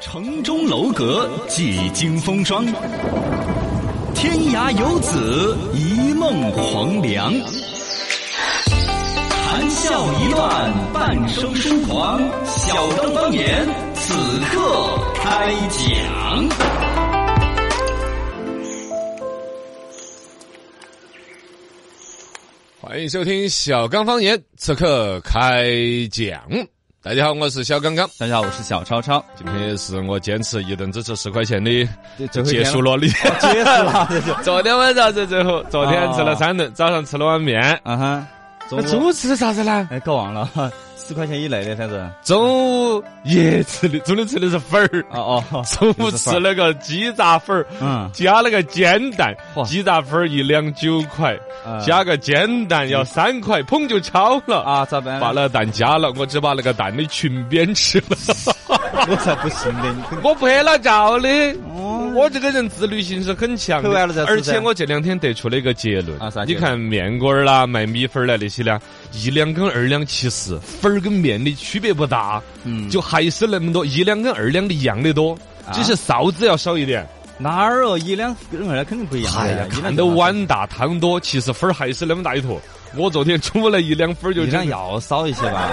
城中楼阁几经风霜，天涯游子一梦黄粱。谈笑一段半生疏狂，小灯方言此刻开讲。欢迎收听小刚方言，此刻开讲。大家好，我是小刚刚。大家好，我是小超超。今天是我坚持一顿只吃十块钱的最后一结天束哦了的。了， 结束了，这是 昨天晚上是最后，昨天吃了三顿，早上吃了碗面。啊哈。中那中午午吃的啥子呢？哎，搞忘了， 哈四块钱以内的反正。中午也吃的，中午吃的是粉儿。哦哦，中午吃了个鸡杂粉儿，嗯，加了个煎蛋嚯。鸡杂粉儿一两九块，呃加个煎蛋要三块，砰就超了。啊咋 办？把那个蛋加了，我只把那个蛋的裙边吃了。 我才不信的，你我拍了照的，哦我这个人自律性是很强拍完了的再，吃而且我这两天得出了一个结论啊啥结你论看面馆儿啦、卖米粉儿啦那些呢，一两跟二两其实粉儿跟面的区别不大，嗯啊就还是那么多，一两跟二两的一样的多，只是臊子要少一点。哪儿哦？一两跟二两肯定不一样的呀，一看两得碗大汤多，其实粉儿还是那么大一坨。我昨天中午那一两粉儿就一两整要少一些 吧。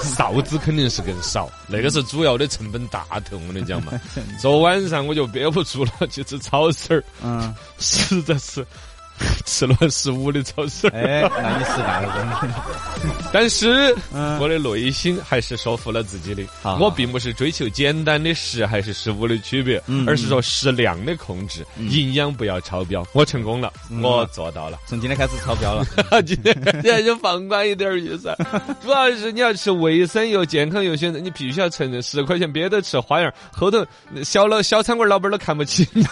臊子肯定是更少，那个是主要的成本大头，我跟你 讲嘛。昨晚上我就憋不住了，去吃炒丝儿，嗯，实在是 吃了十五的炒丝儿，哎，那你失败了，真的。但是。嗯，我的内心还是说服了自己的好，我并不是追求简单的食还是食物的区别，嗯而是说食量的控制，营养不要超标。我成功了，嗯我做到了。从今天开始超标 了。 今天现在就放宽一点儿预 算，主要是你要吃卫生又健康又选择，你必须要承认十块钱别的吃花样儿，后头小老小餐馆老板都看不起你。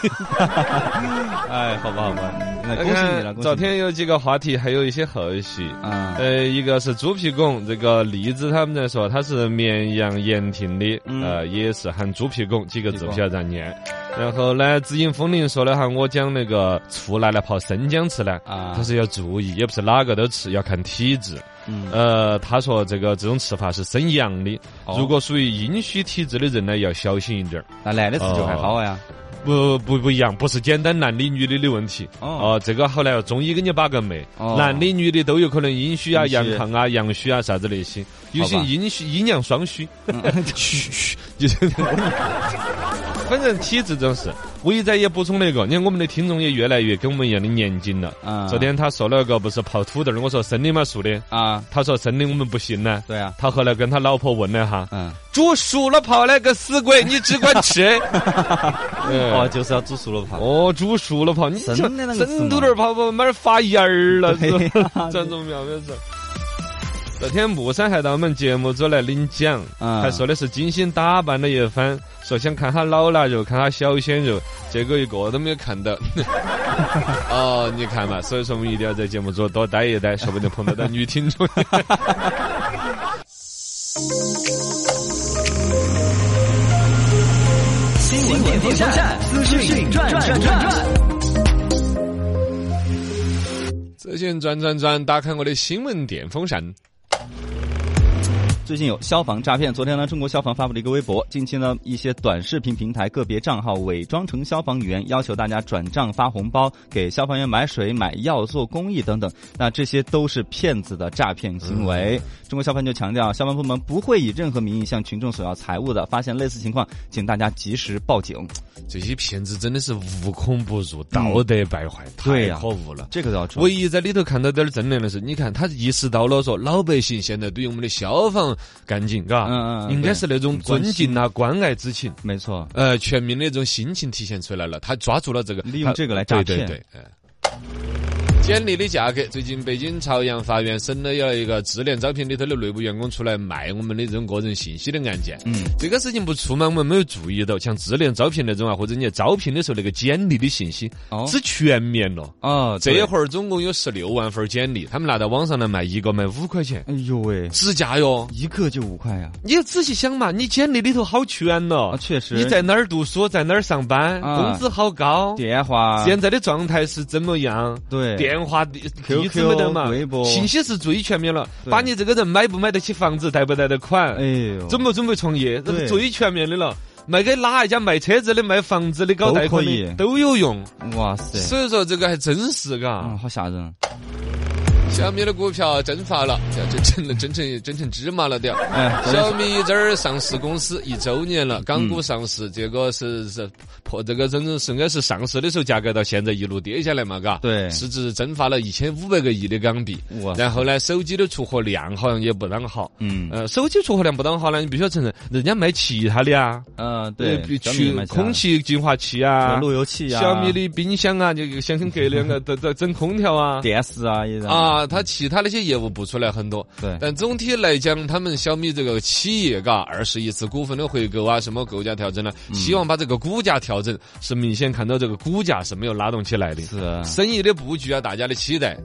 哎，好吧好吧，那 恭喜你了，恭喜 你昨天有几个话题，还有一些后续。啊，呃，一个是猪皮拱，这个栗子他们在说他是绵阳盐亭的，嗯呃，也是喊猪皮拱几个字皮不拱晓得咋念。然后呢，紫影风铃说了哈，我讲那个醋拿来泡生姜吃呢，啊他是要注意，也不是哪个都吃，要看体质。嗯呃，他说这个这种吃法是生阳的，哦如果属于阴虚体质的人呢，要小心一点儿。那男的吃就还好呀。不不不一样，不是简单男的女的的问题。哦，哦，这个后来中医给你把个脉，哦男的女的都有可能阴虚啊、阴虚阳亢啊、阳虚啊啥子那些，有些好吧阴虚、阴阳双 虚，嘘嘘，就是 反正体质这种事。伟仔也补充了一个，你看我们的听众也越来越跟我们一样的年轻了。啊昨天他说了个不是泡土豆儿，我说生的吗熟的？啊，他说生的我们不行呢。对啊，他后来跟他老婆问了哈，嗯，煮熟了泡那个死鬼，你只管 吃。呃哦，就是要煮熟了泡。哦，煮熟了泡，你这真的那个是生土豆儿泡泡慢慢发芽儿了，对呀 这种妙妙事。昨天木山还到我们节目组来领奖，嗯还说的是精心打扮了一番，说想看下老腊肉，看下小鲜肉，结果一个都没有看 到。哦，你看嘛，所以说我们一定要在节目组多待一待，说不定碰得到女听众。新闻电风扇，资讯转转转。资讯转转转，打开我的新闻电风扇。最近有消防诈骗，昨天呢，中国消防发布了一个微博，近期呢，一些短视频平台个别账号伪装成消防员，要求大家转账发红包，给消防员买水、买药、做公益等等。那这些都是骗子的诈骗行为。中国消防就强调，消防部门不会以任何名义向群众索要财物的。发现类似情况，请大家及时报警。这些骗子真的是无孔不入，道德败坏，对太呀可恶了。这个都要注唯意。一在里头看到点儿正能量的是，你看他意识到了说老百姓现在对我们的消防干警，嘎，嗯嗯嗯应该是那种尊敬啊、关爱之情，没错，呃，全民的那种心情体现出来了。他抓住了这个，利用他这个来诈对骗对对，嗯简历的价格，最近北京朝阳法院审了要一个智联招聘里头的内部员工出来卖我们的这种个人信息的案件。嗯，这个事情不出嘛，我们没有注意到，像智联招聘那种啊，或者你招聘的时候那个简历的信息，哦只全面了。哦，这一对会儿总共有十六万份儿简历，他们拿到网上来卖，一个卖五块钱，哎呦喂，直价哟。一个就五块呀、你要仔细想嘛，你简历里头好全了、啊确实你在哪儿读书，在哪儿上班，啊工资好高，电话，现在的状态是怎么样？对，电电话地地址 QQ 没得嘛微博，信息是最全面了，对把你这个人买不买得起房子，贷不贷得款，哎呦，准不准备创业，这对是最全面的了。卖给哪一家卖车子的、卖房子的、搞都贷款可以的都有用，哇塞，所以说这个还真是嘎。嗯，好吓人。小米的股票蒸发了，这蒸成蒸成蒸成芝麻了掉。哎，昨天小米这儿上市公司一周年了，港股上市，结果是是破这个真正是应该是上市的时候价格到现在一路跌下来嘛，嘎。对市值蒸发了一千五百个亿的港币哇。然后呢，手机的出货量好像也不当好。嗯呃，呃，手机出货量不当好呢，你必须要承认，人家卖其他的啊，呃，对，比小去米卖家空气净化器啊，路由器啊，小米的冰箱啊，这个香香格 两个在在整空调啊，电视啊，也是，啊，它其他那些业务不出来很多，对，但总体来讲，他们小米这个企业，嘎，二十一次股份的回购啊，什么构价调整呢、嗯希望把这个股价调整，是明显看到这个股价是没有拉动起来的。是生意的布局啊，大家的期待，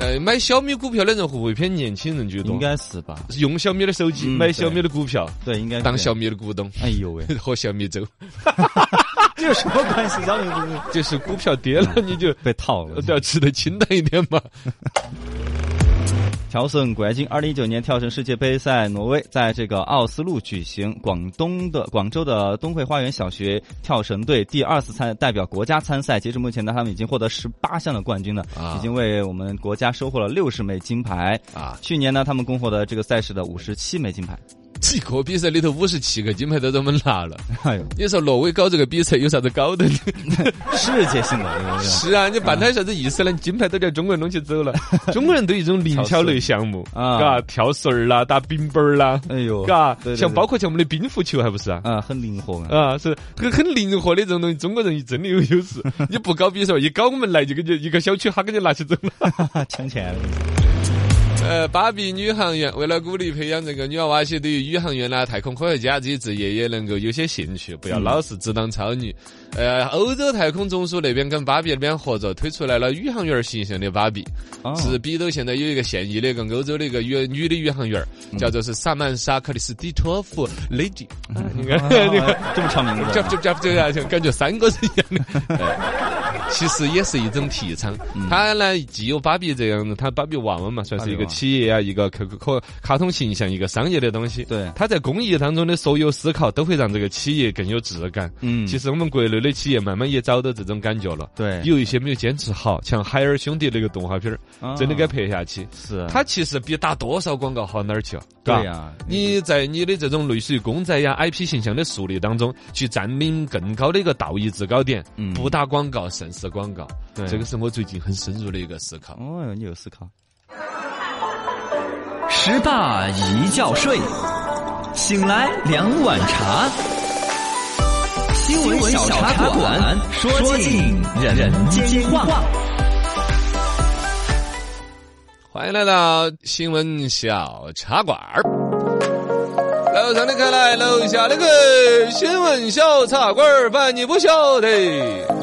呃，买小米股票的人会不会偏年轻人居多应？该是吧？用小米的手机，嗯买小米的股票，对，应该是当小。米的 股东，哎呦喂，喝小米粥， 这有什么关系？小米不是就是股票跌了，嗯你就呃被套了都。要吃得清淡一点嘛。乔胜冠军，二零一九年跳绳世界杯赛，挪威在这个奥斯陆举行，广东的广州的东汇花园小学跳绳队第二次参代表国家参赛。截至目前呢，他们已经获得十八项的冠军了，啊已经为我们国家收获了六十枚金牌啊。去年呢，他们共获得这个赛事的五十七枚金牌。这个比赛里头五十七个金牌都让我们拿 了。哎呦，你说挪威搞这个比赛有啥子搞 的呢？世界性的，对不对是啊，你办那啥子意思呢？金牌都叫中国人弄起走 了，中国人对一种灵巧类项目啊嘎，跳绳儿啦，打冰本儿啦，哎呦，嘎对对，对像包括像我们的冰壶球还不是啊？啊，很灵活啊， 啊，是很很灵活的这种东西，中国人真的有优势。你不搞比赛，一搞我们来就给你一个小区，哈给你拿起走了。啊抢钱了。 呃，芭比女航员为了鼓励培养这个女娃娃些对于宇航员啦、太空科学家这些职业也能够有些兴趣，嗯不要老是只当超女。呃，欧洲太空总署那边跟芭比那边合作推出来了宇航员形象的芭比，哦是比斗现在有一个现役的一个欧洲的一个女女的宇航员，嗯叫做是萨曼莎·克里斯蒂托夫 Lady， 你看，啊你看， 这么长名字这啊，这这这样就感觉三个人一样的。哎其实也是一种提倡，它呢既有芭比这样的，它芭比娃娃嘛，算是一嗯芭比娃个娃企业啊，一个可可可卡通形象，一个商业的东西。对它在公益当中的所有思考，都会让这个企业更有质感。嗯其实我们国内的企业慢慢也找到这种感觉了。对有一些没有坚持好，像海尔兄弟那个动画片儿，啊真的该拍下去。是它其实比打多少广告好哪儿去啊？对吧呀，你在你的这种类似于公仔呀、IP 形象的树立当中，去占领更高的一个道义制高点，嗯不打广告胜似广告。对这个是我最近很深入的一个思考。哦哟，你有思考，十大一觉睡，醒来两碗茶。新闻小茶馆，说尽人间话。欢迎来到新闻小茶馆儿。楼上的客来，楼下的客，新闻小茶馆儿，反正你不晓得。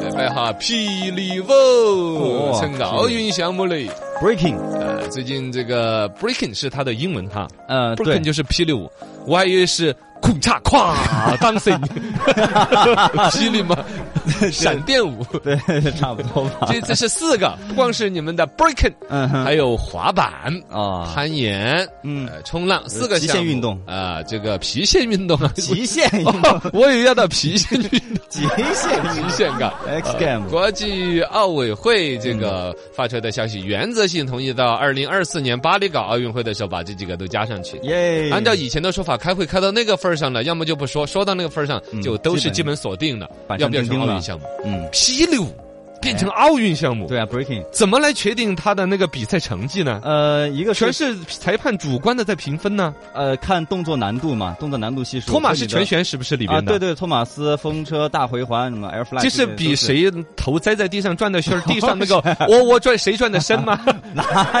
来摆哈霹雳舞哦，成奥运项目嘞。 breaking，呃，最近这个 breaking 是它的英文哈。呃， b r e a 对 k，就是霹雳舞，我还以为是恐嚓咵当声，霹 雳嘛，闪电舞。对， 差不多吧，这这是四个，不光是你们的 breaking，嗯哼，还有滑板。啊，攀岩，嗯呃，冲浪四个极限项目运动啊，这个皮线运动啊，极限运动， 哦 我也要到皮线运动， 极限运极动限感。呃，X Game，嗯国际奥委会这个发出来的消息，原则性同意到二零二四年巴黎搞奥运会的时候，把这几个都加上去。耶，按照以前的说法，开会开到那个份儿上了，要么就不说，说到那个份儿上嗯就都是基基本本锁定了，板要上不要钉成钉奥了运项目？嗯，霹雳舞变成奥运项目，对啊，breaking，怎么来确定他的那个比赛成绩呢？呃，一个全是是裁判主观的在评分呢。呃看动作难度嘛，动作难度系数，托马斯和你的全旋是不是里啊，边对的？对，托马斯风车大回环什么 air fly，这是比 谁头栽在地上转的圈儿，地上哦那个窝窝转谁转的深 吗？哪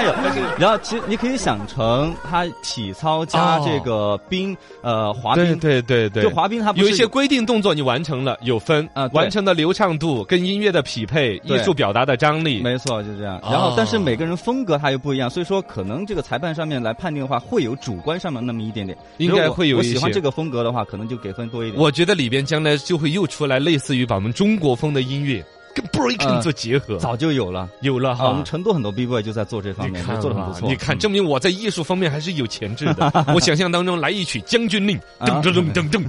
有？然后其实你可以想成它体操加这个冰，呃，滑哦对冰，对对对，就滑冰它不嗯有是一些规定动作你完成了有分啊对完成的流畅度跟音乐的匹配，对艺术表达的张力。没错，就这样。然后哦，但是每个人风格它又不一样，所以说可能这个裁判上面来判定的话，会有主观上面那么一点点。应比如该我会有我一喜欢些这个风格的话，可能就给分多一点。我觉得里边将来就会又出来类似于把我们中国风的音乐跟 breaking 做结合，早就有了。有了啊啊，我们哈。成都很多 B boy 就在做这方你面，啊看做的很不嘛，错。嗯你看，证明我在艺术方面还是有潜质 的。我想象当中来一曲《将军令》，啊噔噔噔噔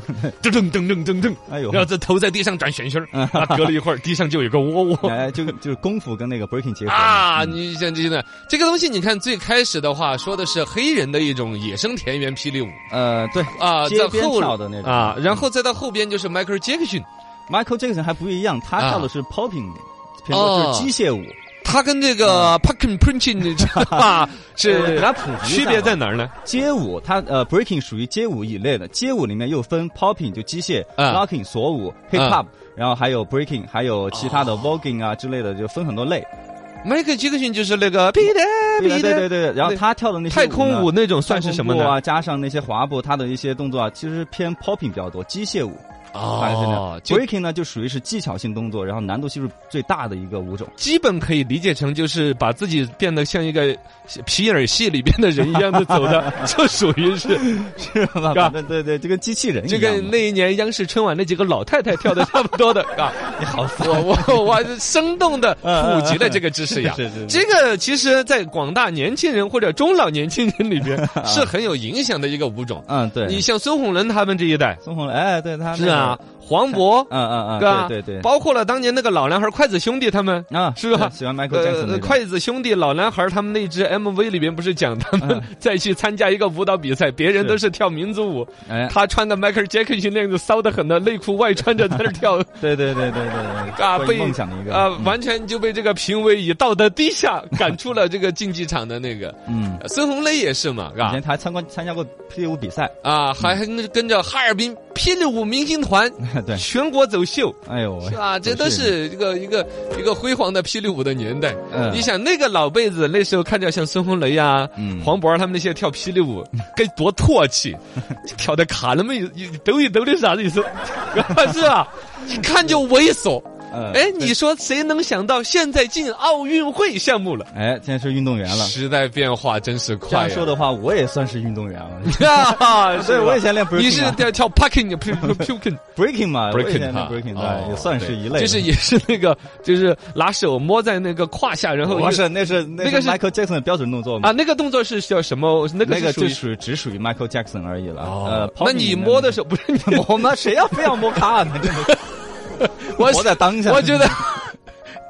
噔噔噔噔噔噔，哎呦然后这头在地上转旋圈儿，啊，隔了一会儿，地上就有个窝窝。哎，就就是功夫跟那个 breaking 结合啊，嗯你像真的这个东西，你看最开始的话说的是黑人的一种野生田园霹雳舞呃，对，啊，街在边后跳的那种啊，然后再到后边就是 Michael Jackson， Michael Jackson 还不一样，他跳的是 popping，偏多就是机械舞，他跟这个 Puckin Punching 啊呃给是他普及一区下吧别在哪儿呢？街舞，它呃 breaking 属于街舞一类的，街舞里面又分 popping 就机械、嗯 locking 锁舞、hip hop，然后还有 breaking，还有其他的 voguing 啊之类的，就分很多类。 Michael Jackson 就是那个彼得彼得对对对对，然后他跳的那些太空舞舞啊呢那种算是什么太空步呢？啊，加上那些滑步，他的一些动作啊，其实偏 popping 比较多，机械舞。大概是这样哦，就 breaking 呢就属于是技巧性动作，然后难度系数最大的一个舞种。基本可以理解成就是把自己变得像一个皮影戏里边的人一样的走 的，就属于是是吧？是吧反正对对，就跟机器人一就样跟嘛。那一年央视春晚那几个老太太跳的差不 多的啊。你好烦。我我嗯我生动的普及了这个知识呀是是是这个其实，在广大年轻人或者中老年轻人里 边是很有影响的一个舞种。嗯，对，你像孙红雷他们这一代，孙红雷，哎，对他是啊，，黄渤，嗯嗯啊嗯，对对对，包括了当年那个老男孩筷子兄弟他们，啊，是吧对喜欢 Michael Jackson 呃那，种筷子兄弟老男孩他们那支 MV 里边不是讲他们 再去参加一个舞蹈比赛，别人嗯是都是跳民族舞，哎，他穿个 Michael Jackson 那样子骚的很的内裤外穿着在那儿 跳对对对对对对，啊，关于被梦想的一个啊嗯，完全就被这个评委以道德低下 赶出了这个竞技场的那个。嗯，孙红雷也是嘛，是以吧？前他还参观参加过霹雳舞比赛，啊，还跟着哈尔滨霹雳舞明星团对，全国走秀，哎呦喂 是，吧？啊这都是一个一个一个辉煌的霹雳舞的年代。嗯你想那个老辈子那时候看着像孙红雷呀、嗯黄渤啊他们那些跳霹雳舞， 该多唾弃！跳的卡那么一一抖一抖的是啥意思？ 是吧？一看就猥琐。嗯哎，你说谁能想到现在进奥运会项目了？哎，现在是运动员了。时代变化真是这快啊样说呀！的话，我也算是运动员了。 啊，所以我以前练 breaking，你是啊跳跳 parking puking breaking 嘛 breaking，我以前练哈 breaking 哦对，也算是一类的。就是也是那个，就是拿手摸在那个胯下，然后不是，那是那那个是 Michael Jackson 的标准动作嘛啊，？那个动作是叫什么？那个那是个属就于属于只属于 Michael Jackson 而已了。哦呃，，那你摸的时候不是 你候， 我们谁要非要摸卡呢？真的， 我活在当下。，我觉得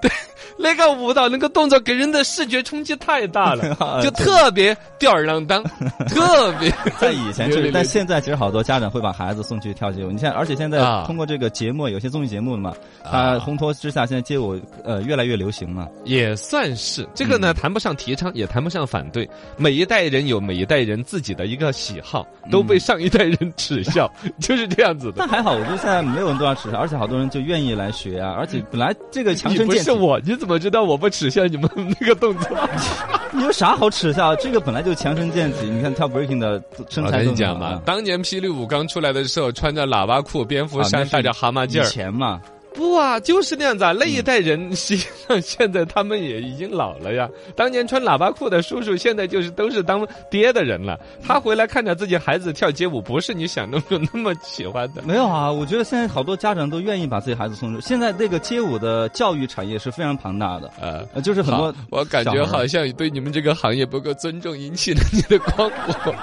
对那个舞蹈那个动作给人的视觉冲击太大 了就特别吊儿郎当，特 别在以前有就是，点但现在其实好多家长会把孩子送去跳街舞。你看，而且现在啊通过这个节目，有些综艺节目嘛，啊它烘托之下，现在街舞呃越来越流行嘛。也算是这个呢，谈不上提倡，也谈不上反对。每一代人有每一代人自己的一个喜好，都被上一代人耻笑， 就是这样子的。但还好，我觉得现在没有人多少耻笑，而且好多人就愿意来学啊。而且本来这个强你身不健是体，啊我，你怎么知道我不耻笑你们那个动作？ 你有啥好耻笑？这个本来就强身健体。你看跳 breaking 的身我材跟都啊你啊讲嘛，当年霹雳舞刚出来的时候，穿着喇叭裤、蝙蝠啊那衫，是戴着蛤蟆以镜儿，前嘛，不啊，就是那样子啊。那一代人 实际上现在他们也已经老了呀。当年穿喇叭裤的叔叔，现在就是都是当爹的人了。他回来看着自己孩子跳街舞，不是你想那么那么喜欢 的。没有啊，我觉得现在好多家长都愿意把自己孩子送出。现在那个街舞的教育产业是非常庞大的，呃。呃，就是很好多，我感觉小孩儿好像对你们这个行业不够尊重，引起了你 的光火。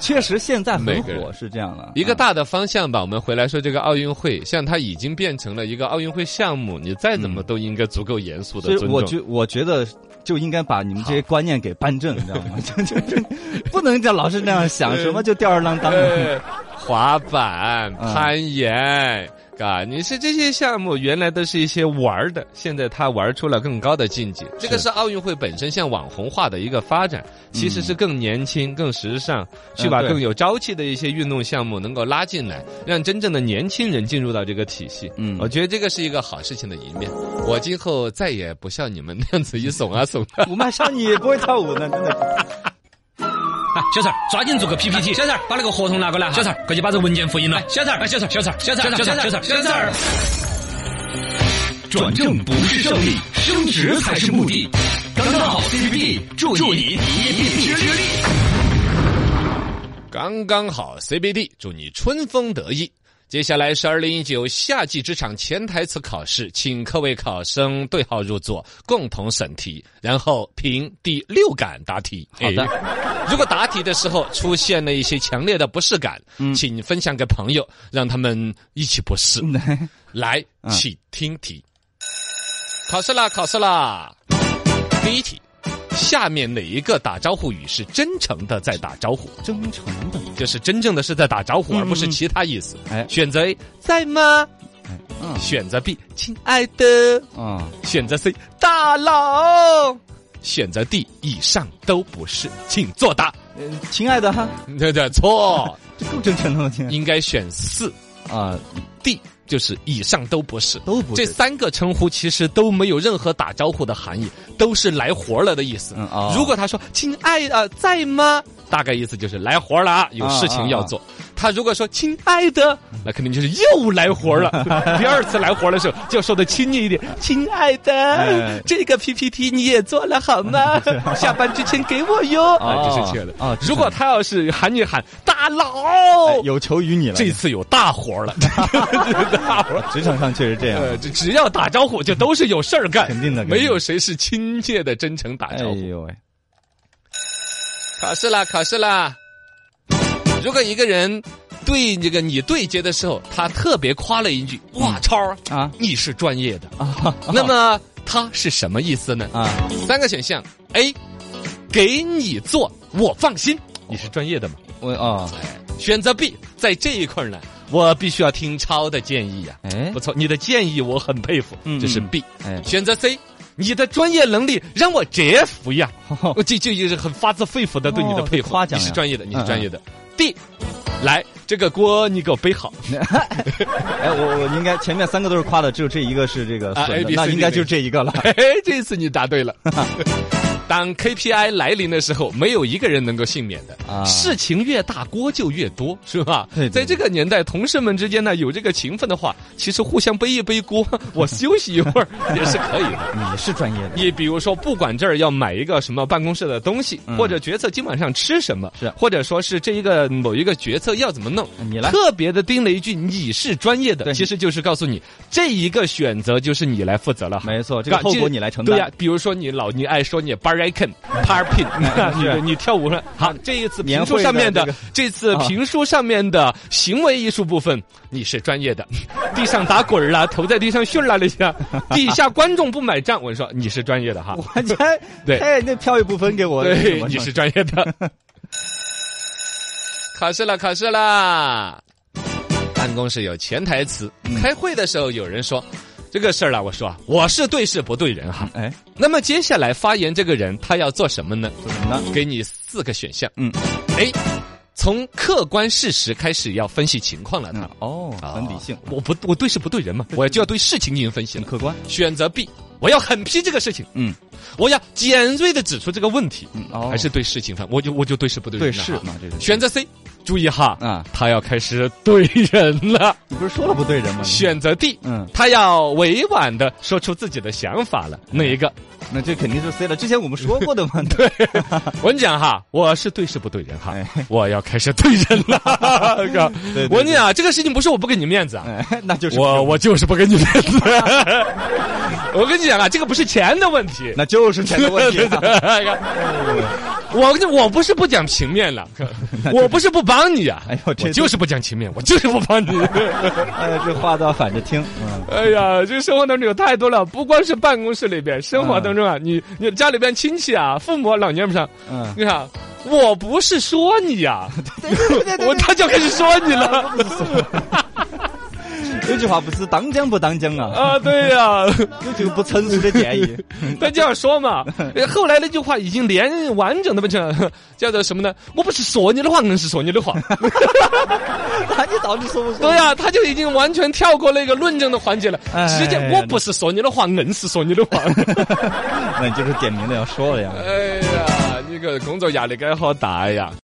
确实现在每个很火，人是这样的。一个嗯大的方向吧，我们回来说这个奥运会，像它已经变成了一个奥运会项目，你再怎么都应该足够严肃嗯所的以尊我重。觉我觉得就应该把你们这些观念给扳正，你知道吗？ 就就就不能叫老是那样想，什么就吊儿郎当的。呃，滑板、哎嗯攀岩，啊，你是这些项目原来都是一些玩儿的，现在他玩出了更高的境界。这个是奥运会本身向网红化的一个发展，其实是更年轻、更时尚，去嗯把对更有朝气的一些运动项目能够拉进来，让真正的年轻人进入到这个体系。嗯我，觉得这个是一个好事情的一面。我今后再也不像你们那样子一怂啊怂的。我们还少你不会跳舞呢，真的是。 小陈儿，抓紧做个 PPT。小陈儿，把那个合同拿过来。小陈儿，快去把这文件复印了。小陈儿，哎，小陈儿，小陈儿，小陈儿，小陈儿，小陈儿，小陈儿。转正不是胜利，升职才是目的。刚刚好 CBD，助你一臂之力。刚刚好 CBD，祝你春风得意。接下来是二零一九夏季职场潜台词考试，请各位考生对号入座，共同审题，然后凭第六感答题。好的哎如果答题的时候出现了一些强烈的不适感，嗯请分享给朋友，让他们一起不适。来，请听题。考试啦，考试啦！第一题，下面哪一个打招呼语是真诚的在打招呼？真诚的，就是真正的是在打招呼，嗯而不是其他意思。哎选择 A 在吗？嗯选择 B 亲爱的，啊，选择 C 大佬，选择 D 以上都不是，请作 答。呃亲爱的哈，对对，错，这够真诚的了，亲爱应该选四的啊， D，就是以上都不是。都不这是三个称呼其实都没有任何打招呼的含义，都是来活了的意思。嗯哦如果他说“亲爱的、在吗”，大概意思就是来活了啊，有事情要做。他如果说“亲爱的”，嗯那肯定就是又来活了。第二次来活的时候，就说的亲昵一点，“亲爱的，哎这个 PPT 你也做了好吗？下班之前给我哟。啊，这是亲爱的。哦如果他要是喊你喊“大佬”，哎有求于你了，哎这次有大活 了，大活。职场上确实这样。呃，只只要打招呼，就都是有事儿干，肯定的肯定的没有谁是亲切的真诚打哎招呼。呦喂，考试啦，考试啦！如果一个人对这个你对接的时候，他特别夸了一句：“哇，超儿啊你是专业的。 啊”那么他是什么意思呢？啊，三个选项：A，给你做，我放心，你是专业的嘛？我哦，选择 B，在这一块儿呢，我必须要听超的建议呀、哎不错，你的建议我很佩服，嗯这是嗯 B。哎，选择 C，你的专业能力让我折服呀！哦我这这也是很发自肺腑的对你的佩服，哦夸奖呀你是专业的，你是嗯专业的。D，来这个锅你给我背好哎，我我应该前面三个都是夸的，只有这一个是这个啊损 A 的， B C 那应 D 该那就这一个 了。 嘿嘿，这次你答对了。 当 KPI 来临的时候，没有一个人能够幸免的。啊事情越大，锅就越多，是吧？对对在这个年代，同事们之间呢有这个情分的话，其实互相背一背锅， 我休息一会儿也是可以的。你是专业的，你比如说，不管这儿要买一个什么办公室的东西，嗯或者决策今晚上吃什么，是或者说是这一个某一个决策要怎么弄，你来特别的盯了一句“你是专业的”，对其实就是告诉你这一个选择就是你来负责了。没错，这个啊后既果然你来承对担。哎呀、比如说你老你爱说你 b a r i c a n p a r p i n 是你你跳舞了。好，这一次年评书会上面的的这个这次啊评书上面的行为艺术部分，你是专业的。 地上打滚儿啦，头在地上训啦那些啊，地下观众不买账，我说你是专业的哈。 我这对哎，那票也不分给我，对，我你是专业 的。考试了，考试啦！办公室有潜台词，嗯开会的时候有人说。这个事儿啦，我说啊我是对事不对人哈。哎，那么接下来发言这个人他要做什么呢？做什么呢？给你四个选项。嗯，A，从客观事实开始要分析情况了他。嗯哦，很理性，我不，我对事不对 人嘛，我就要对事情进行分析很了。客观。选择 B，我要狠批这个事情，嗯我要尖锐的指出这个问题。嗯，哦，还是对事情犯，我就我就对事不对人对了哈事嘛，这是选择 C，注意哈，啊，他要开始怼人了。你不是说了不对人吗？选择 D，嗯，他要委婉的说出自己的想法了。哪一个？那这肯定是 C 了。之前我们说过的嘛，对，我跟你讲哈，我是对事不对人哈哎，我要开始怼人了。 哥对对我跟你讲，这个事情不是我不给你面子啊， 哎那就是我我就是不给你面子。 我跟你讲啊，这个不是钱的问题， 那就是钱的 问题对啊。对对我跟你我不是不讲情面 了，我不是不帮你啊，哎呦我这就是不讲情面，我就是不 帮你。 哎呀，这话倒反着听，嗯，哎呀，这生活当中有太多了，不光是办公室里嗯边，生活当中啊，你你家里边亲戚啊，父母啊老年不上，嗯你看，我不是说你 呀、 我他就开始说你了有句话不是当讲不当讲啊，啊，对呀、 有句不成熟的建议，他这样说嘛。呃嗯后来那句话已经连完整的变成 叫做什么呢？我不是说你的话，硬是说你的话。 那你到底说 不说？对呀、他就已经完全跳过那个论证的环节了，直接哎我不是说你的话，硬是说你的 话。那你就是点名的要说了呀。哎呀，你个工作压力该好大呀！